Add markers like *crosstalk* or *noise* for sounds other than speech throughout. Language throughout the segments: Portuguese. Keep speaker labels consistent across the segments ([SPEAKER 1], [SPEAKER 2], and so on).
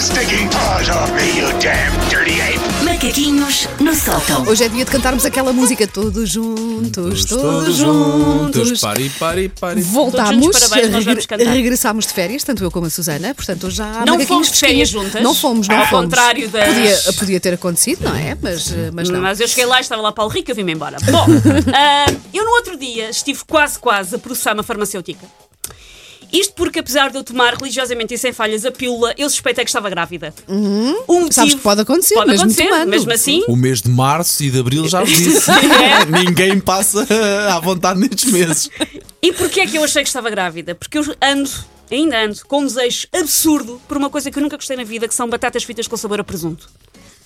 [SPEAKER 1] sticking paws off me, you damn dirty ape!
[SPEAKER 2] Macaquinhos no sótão.
[SPEAKER 3] Hoje é dia de cantarmos aquela música todos juntos, todos, juntos.
[SPEAKER 4] Pari, pari, pari.
[SPEAKER 3] Voltámos,
[SPEAKER 5] Todos juntos, parabéns, nós vamos cantar.
[SPEAKER 3] regressámos de férias, tanto eu como a Susana, portanto hoje já há
[SPEAKER 5] Não
[SPEAKER 3] macaquinhos
[SPEAKER 5] fomos de férias
[SPEAKER 3] fresquinhos.
[SPEAKER 5] juntas?
[SPEAKER 3] Não fomos, não
[SPEAKER 5] Ao
[SPEAKER 3] fomos.
[SPEAKER 5] contrário das-
[SPEAKER 3] Podia, podia ter acontecido, não é? Mas, eh, mas não.
[SPEAKER 5] Mas eu cheguei lá e estava lá Paulo Rico e eu vim-me embora.
[SPEAKER 3] *laughs*
[SPEAKER 5] Bom, ah, eu no outro dia estive quase, quase a processar uma farmacêutica. Isto porque, apesar de eu tomar religiosamente e sem falhas a pílula, eu suspeitei que estava grávida. Um motivo,
[SPEAKER 3] Uhum. Sabes que pode acontecer,
[SPEAKER 5] pode
[SPEAKER 3] mesmo
[SPEAKER 5] acontecer,
[SPEAKER 3] tomando. Uhum.
[SPEAKER 5] mesmo assim.
[SPEAKER 4] O mês de março e de abril já vos disse.
[SPEAKER 5] *laughs* É.
[SPEAKER 4] Ninguém passa à vontade nestes
[SPEAKER 5] *laughs*
[SPEAKER 4] meses.
[SPEAKER 5] E porquê é que eu achei que estava grávida? Porque eu ando, ainda ando, com um desejo absurdo por uma coisa que eu nunca gostei na vida, que são batatas fritas com sabor a presunto.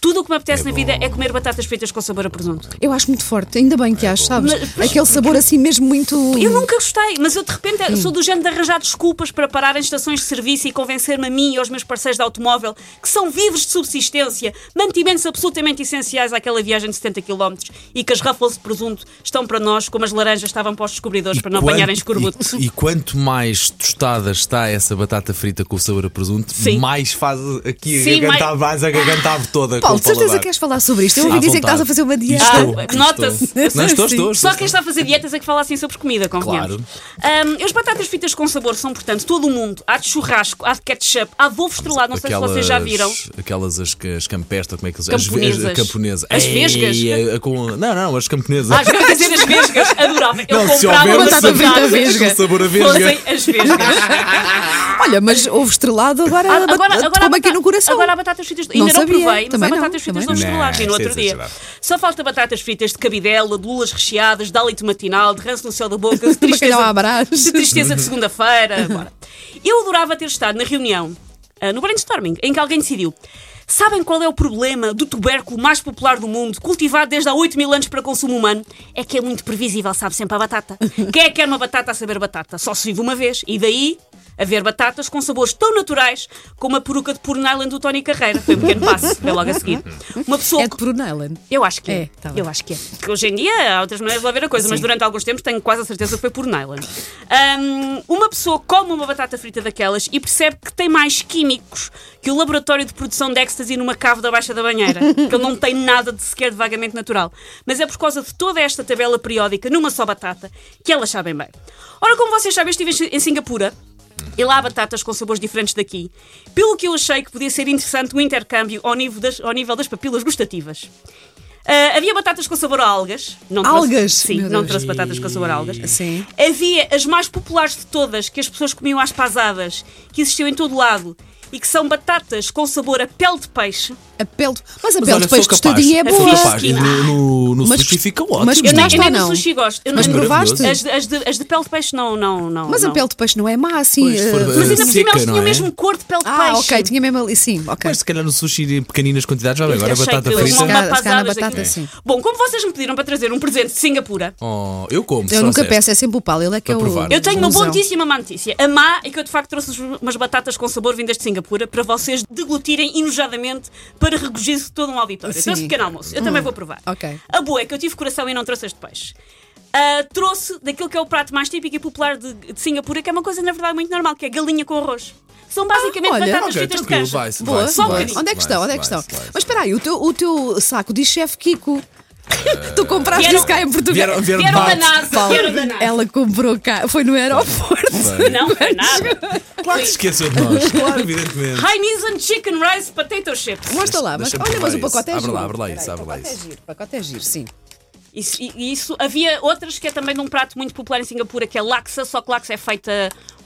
[SPEAKER 5] Tudo o que me apetece na vida é comer batatas fritas com sabor a presunto.
[SPEAKER 3] Eu acho muito forte, ainda bem que achas, sabes?
[SPEAKER 5] Mas-
[SPEAKER 3] Aquele sabor assim mesmo muito.
[SPEAKER 4] Hum.
[SPEAKER 5] Eu nunca gostei, mas eu de repente sou do género de arranjar desculpas para parar em estações de serviço e convencer-me a mim e aos meus parceiros de automóvel que são vivos de subsistência, mantimentos absolutamente essenciais àquela viagem de 70 km e que as ruffles de presunto estão para nós como as laranjas estavam para os descobridores para não
[SPEAKER 4] quanto-
[SPEAKER 5] apanharem escorbuto.
[SPEAKER 4] E, e quanto mais tostada está essa batata frita com o sabor a presunto,
[SPEAKER 5] Sim.
[SPEAKER 4] mais faz aqui
[SPEAKER 5] Sim,
[SPEAKER 4] a gargantar,
[SPEAKER 5] mais-
[SPEAKER 4] mais a gargantar toda.
[SPEAKER 3] Paulo, de
[SPEAKER 4] com o
[SPEAKER 3] certeza
[SPEAKER 4] paladar.
[SPEAKER 3] que queres falar sobre isto. Eu
[SPEAKER 4] À
[SPEAKER 3] ouvi dizer que
[SPEAKER 4] vontade.
[SPEAKER 3] estás a fazer uma dieta.
[SPEAKER 4] Estou, estou.
[SPEAKER 5] Ah, nota-se.
[SPEAKER 4] Não, estou, estou,
[SPEAKER 5] Só
[SPEAKER 4] estou.
[SPEAKER 5] quem está a fazer dietas é que fala assim sobre comida, convenhamos. Ahm, as batatas fritas com sabor são, portanto, todo o mundo. Há de churrasco, há de ketchup, há de ovo estrelado, não sei se vocês já viram.
[SPEAKER 4] Aquelas as, as campestas, como é que eles
[SPEAKER 5] Camponesas.
[SPEAKER 4] As, as, camponesas.
[SPEAKER 5] As
[SPEAKER 4] Ei,
[SPEAKER 5] vesgas. Ah,
[SPEAKER 4] a- a com- não, não, as camponesas.
[SPEAKER 5] Às vezes as vesgas, adorava. Eu
[SPEAKER 4] Não, se
[SPEAKER 5] comprava
[SPEAKER 4] houver
[SPEAKER 5] uma
[SPEAKER 3] batata frita
[SPEAKER 4] *laughs*
[SPEAKER 5] batata
[SPEAKER 3] vesga.
[SPEAKER 4] Com sabor a vesga.
[SPEAKER 5] Fossem as
[SPEAKER 3] *laughs* Ah,
[SPEAKER 5] vesgas.
[SPEAKER 3] Olha, mas houve estrelado, agora,
[SPEAKER 5] Ah, agora, agora há
[SPEAKER 3] como aqui
[SPEAKER 5] batata-
[SPEAKER 3] no coração.
[SPEAKER 5] Agora há batatas fritas.
[SPEAKER 3] Não
[SPEAKER 5] Ainda não,
[SPEAKER 3] sabia,
[SPEAKER 5] provei, mas
[SPEAKER 3] também
[SPEAKER 5] há
[SPEAKER 3] não,
[SPEAKER 5] batatas fritas
[SPEAKER 3] também
[SPEAKER 5] não
[SPEAKER 4] não.
[SPEAKER 5] estreladas no
[SPEAKER 4] Não,
[SPEAKER 5] outro
[SPEAKER 4] isso é
[SPEAKER 5] dia.
[SPEAKER 4] exagerado.
[SPEAKER 5] Só falta batatas fritas de cabidela, de lulas recheadas, de hálito matinal, de ranço no céu da
[SPEAKER 3] *laughs*
[SPEAKER 5] boca, de
[SPEAKER 3] Bacalhau à
[SPEAKER 5] tristeza,
[SPEAKER 3] Brás.
[SPEAKER 5] de, tristeza de segunda-feira. Bora. Eu adorava ter estado na reunião, ah, no brainstorming, em que alguém decidiu. Sabem qual é o problema do tubérculo mais popular do mundo, cultivado desde há 8 mil anos para consumo humano? É que é muito previsível, sabe sempre a batata. Quem é que quer uma batata a saber batata? Só se vive uma vez. E daí haver batatas com sabores tão naturais como a peruca de Puro Nylon do Tony Carreira. Foi um pequeno passo, foi logo a seguir. Uma pessoa
[SPEAKER 3] É de Bruno Allen.
[SPEAKER 5] eu acho que é.
[SPEAKER 3] É, tá bem.
[SPEAKER 5] eu acho que é. Porque hoje em dia há outras maneiras de lá ver a coisa, mas durante alguns tempos tenho quase a certeza que foi por nylon. Ahm, uma pessoa come uma batata frita daquelas e percebe que tem mais químicos que o laboratório de produção de ecstasy numa cave da baixa
[SPEAKER 3] *laughs*
[SPEAKER 5] da banheira. que ele não tem nada de sequer de vagamente natural. Mas é por causa de toda esta tabela periódica numa só batata que elas sabem bem. Ora, como vocês sabem, eu estive em em Singapura e lá há batatas com sabores diferentes daqui. Pelo que eu achei que podia ser interessante o intercâmbio ao nível das, ao nível das papilas gustativas. Ah, havia batatas com sabor a algas. Não trouxe-
[SPEAKER 3] Algas?
[SPEAKER 5] sim,
[SPEAKER 3] Meu
[SPEAKER 5] não
[SPEAKER 3] Deus.
[SPEAKER 5] trouxe batatas com sabor a algas.
[SPEAKER 3] Sim.
[SPEAKER 5] Havia as mais populares de todas, que as pessoas comiam às pasadas, que existiam em todo lado, e que são batatas com sabor a pele de peixe.
[SPEAKER 3] A pele, mas a
[SPEAKER 4] Mas
[SPEAKER 3] pele
[SPEAKER 4] olha,
[SPEAKER 3] de peixe
[SPEAKER 4] sou capaz.
[SPEAKER 3] tostadinha é
[SPEAKER 4] Sou
[SPEAKER 3] boa.
[SPEAKER 4] capaz. E no, no, no
[SPEAKER 3] Mas-
[SPEAKER 4] sushi fica
[SPEAKER 3] mas
[SPEAKER 4] ótimo.
[SPEAKER 5] Eu nem,
[SPEAKER 3] Gostaste
[SPEAKER 5] eu nem
[SPEAKER 3] ou
[SPEAKER 5] no
[SPEAKER 3] não?
[SPEAKER 5] sushi gosto. Eu
[SPEAKER 3] Mas
[SPEAKER 5] não-
[SPEAKER 3] provaste?
[SPEAKER 5] As de, as de- as de pele de peixe não, não, não.
[SPEAKER 3] Mas
[SPEAKER 5] não.
[SPEAKER 3] a pele de peixe não é má, assim.
[SPEAKER 4] Pois,
[SPEAKER 3] eh,
[SPEAKER 4] for-
[SPEAKER 5] Mas ainda por cima
[SPEAKER 4] seca,
[SPEAKER 5] elas
[SPEAKER 4] não
[SPEAKER 5] tinham
[SPEAKER 4] é?
[SPEAKER 5] mesmo cor de pele de
[SPEAKER 3] Ah,
[SPEAKER 5] peixe.
[SPEAKER 3] ok, tinha mesmo ali. Sim, ok.
[SPEAKER 4] Mas se calhar no sushi em pequeninas quantidades já vem. Agora
[SPEAKER 5] Achei
[SPEAKER 4] batata
[SPEAKER 5] que eu-
[SPEAKER 3] Se
[SPEAKER 5] uma-
[SPEAKER 4] frita.
[SPEAKER 3] calhar-
[SPEAKER 5] uma
[SPEAKER 3] se calhar
[SPEAKER 5] pasada
[SPEAKER 3] batata,
[SPEAKER 5] daquilo.
[SPEAKER 3] sim.
[SPEAKER 5] Bom, como vocês me pediram para trazer um presente de Singapura,
[SPEAKER 4] Oh, eu como.
[SPEAKER 3] Eu
[SPEAKER 4] só
[SPEAKER 3] nunca
[SPEAKER 4] disseste.
[SPEAKER 3] peço, é sempre o Paulo. Ele é que
[SPEAKER 4] Para
[SPEAKER 3] é o.
[SPEAKER 4] provar.
[SPEAKER 5] eu tenho um uma boa
[SPEAKER 3] bonzão.
[SPEAKER 5] notícia e uma má notícia. A má é que eu de facto trouxe umas batatas com sabor vindas de Singapura para vocês deglutirem inojadamente para regozijo de todo um auditório.
[SPEAKER 3] Sim. Hum.
[SPEAKER 5] Trouxe pequeno almoço. Eu também vou provar.
[SPEAKER 3] ok.
[SPEAKER 5] A boa é que eu tive coração e não trouxe este peixe. Ah, trouxe daquilo que é o prato mais típico e popular de, de Singapura, que é uma coisa na verdade muito normal, que é galinha com arroz. São basicamente
[SPEAKER 3] Ah, olha,
[SPEAKER 5] batatas
[SPEAKER 4] Ok,
[SPEAKER 5] fritas de
[SPEAKER 4] tranquilo,
[SPEAKER 5] caixa.
[SPEAKER 4] vai-se.
[SPEAKER 3] Boa,
[SPEAKER 4] vai-se,
[SPEAKER 5] Só um
[SPEAKER 3] boa.
[SPEAKER 4] vai-se,
[SPEAKER 5] bocadinho.
[SPEAKER 3] Onde é que estão? Onde é que
[SPEAKER 4] vai-se,
[SPEAKER 3] estão?
[SPEAKER 4] vai-se,
[SPEAKER 3] Mas espera aí, o teu, o teu saco diz chefe
[SPEAKER 4] *laughs*
[SPEAKER 3] Kiko. tu compraste
[SPEAKER 5] Vieram-
[SPEAKER 3] isso cá em Portugal.
[SPEAKER 4] Vieram- vieram-
[SPEAKER 5] Vieram da
[SPEAKER 4] Bate.
[SPEAKER 5] NASA,
[SPEAKER 3] Paulo,
[SPEAKER 5] vieram da NASA.
[SPEAKER 3] ela comprou cá, foi no aeroporto.
[SPEAKER 5] Não, foi nada.
[SPEAKER 4] Claro que se esqueceu de nós. Claro, evidentemente.
[SPEAKER 5] Chinese and chicken rice potato chips.
[SPEAKER 3] Mostra lá, mas
[SPEAKER 4] Deixa-me
[SPEAKER 3] olha, mas o
[SPEAKER 4] provar isso.
[SPEAKER 3] pacote é
[SPEAKER 4] Abre
[SPEAKER 3] giro.
[SPEAKER 4] lá, abre lá isso,
[SPEAKER 3] Espera aí,
[SPEAKER 4] abre
[SPEAKER 3] O
[SPEAKER 4] lá
[SPEAKER 3] pacote
[SPEAKER 4] isso.
[SPEAKER 3] é giro, o pacote é giro, sim.
[SPEAKER 5] Isso, e isso havia outras que é também de um prato muito popular em Singapura, que é laxa, só que laxa é feita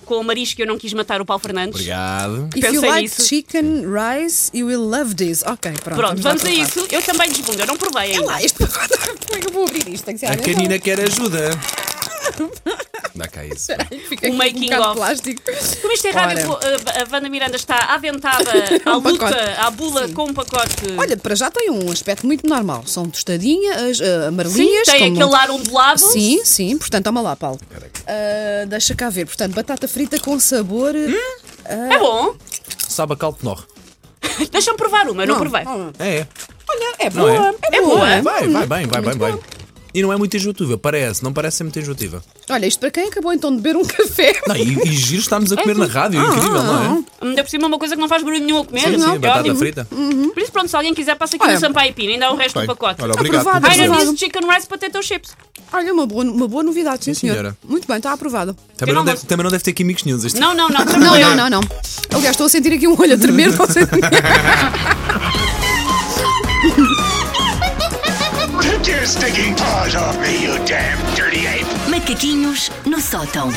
[SPEAKER 5] com o marisco e eu não quis matar o Paulo Fernandes.
[SPEAKER 4] Obrigado.
[SPEAKER 3] If you
[SPEAKER 5] Pensei
[SPEAKER 3] like
[SPEAKER 5] nisso.
[SPEAKER 3] chicken, rice, you will love this. Ok, pronto.
[SPEAKER 5] Pronto,
[SPEAKER 3] lá
[SPEAKER 5] vamos a
[SPEAKER 3] provar.
[SPEAKER 5] isso. Eu também desbundo, eu não provei
[SPEAKER 3] Olha
[SPEAKER 5] ainda.
[SPEAKER 3] lá, *laughs* este pacote. Como é que eu vou abrir isto? Tem que ser
[SPEAKER 4] A
[SPEAKER 3] aberto.
[SPEAKER 4] canina quer ajuda. Dá cá isso.
[SPEAKER 3] Fica
[SPEAKER 5] O
[SPEAKER 3] aqui
[SPEAKER 5] making
[SPEAKER 3] um bocado
[SPEAKER 5] of.
[SPEAKER 3] de plástico.
[SPEAKER 5] Como isto é rádio,
[SPEAKER 3] Ora.
[SPEAKER 5] vou- a- a Wanda Miranda está
[SPEAKER 3] *laughs*
[SPEAKER 5] aventada à
[SPEAKER 3] Um pacote.
[SPEAKER 5] luta, à bula com um pacote.
[SPEAKER 3] Olha, para já tem um aspecto muito normal. São tostadinhas, uh, amarelinhas.
[SPEAKER 5] Sim, tem
[SPEAKER 3] como- um-
[SPEAKER 5] aquele ar ondulado.
[SPEAKER 3] Sim, sim. Portanto, toma lá, Paulo. Ah, deixa cá ver. Portanto, batata frita com sabor... eh,
[SPEAKER 5] É bom.
[SPEAKER 4] Sabe a calpenor.
[SPEAKER 5] Deixa-me provar uma, eu não, provei.
[SPEAKER 3] não.
[SPEAKER 4] É, é.
[SPEAKER 3] Olha, é
[SPEAKER 4] Não
[SPEAKER 3] boa.
[SPEAKER 4] é?
[SPEAKER 3] É boa.
[SPEAKER 4] Vai, vai bem, vai bem, bem. E não é muito enjoativa, parece, não parece ser muito enjoativa.
[SPEAKER 3] Olha, isto para quem acabou então de beber um *laughs* café.
[SPEAKER 4] Não, e, e giro estamos a comer na rádio, é incrível, não é?
[SPEAKER 5] Ainda por cima é uma coisa que não faz barulho nenhum a comer.
[SPEAKER 4] Sim, sim,
[SPEAKER 5] é
[SPEAKER 4] batata
[SPEAKER 5] ótimo.
[SPEAKER 4] frita.
[SPEAKER 5] Por isso, pronto, se alguém quiser, passa aqui
[SPEAKER 3] Olha.
[SPEAKER 5] no Sampaio Pina, ainda há o resto
[SPEAKER 6] Bem,
[SPEAKER 5] do pacote.
[SPEAKER 6] Olha, obrigado.
[SPEAKER 3] Aprovado.
[SPEAKER 6] por
[SPEAKER 5] I don't
[SPEAKER 6] dizer.
[SPEAKER 3] Aprovado.
[SPEAKER 5] need chicken rice potato chips.
[SPEAKER 3] Olha, uma boa, uma boa novidade, sim,
[SPEAKER 4] Sim,
[SPEAKER 3] senhor.
[SPEAKER 4] senhora.
[SPEAKER 3] Muito bem, está aprovado.
[SPEAKER 4] Também
[SPEAKER 5] Eu
[SPEAKER 4] não,
[SPEAKER 5] não
[SPEAKER 4] deve,
[SPEAKER 5] gosto.
[SPEAKER 4] também não deve ter químicos nenhum. Este
[SPEAKER 5] Não,
[SPEAKER 3] *laughs*
[SPEAKER 5] não, não. é?
[SPEAKER 3] Não, não, não, não. Aliás, estou a sentir aqui um olho a tremer, *laughs* não sei.
[SPEAKER 1] Take your stinking paws off me, you damn dirty ape!
[SPEAKER 2] Macaquinhos no sótão.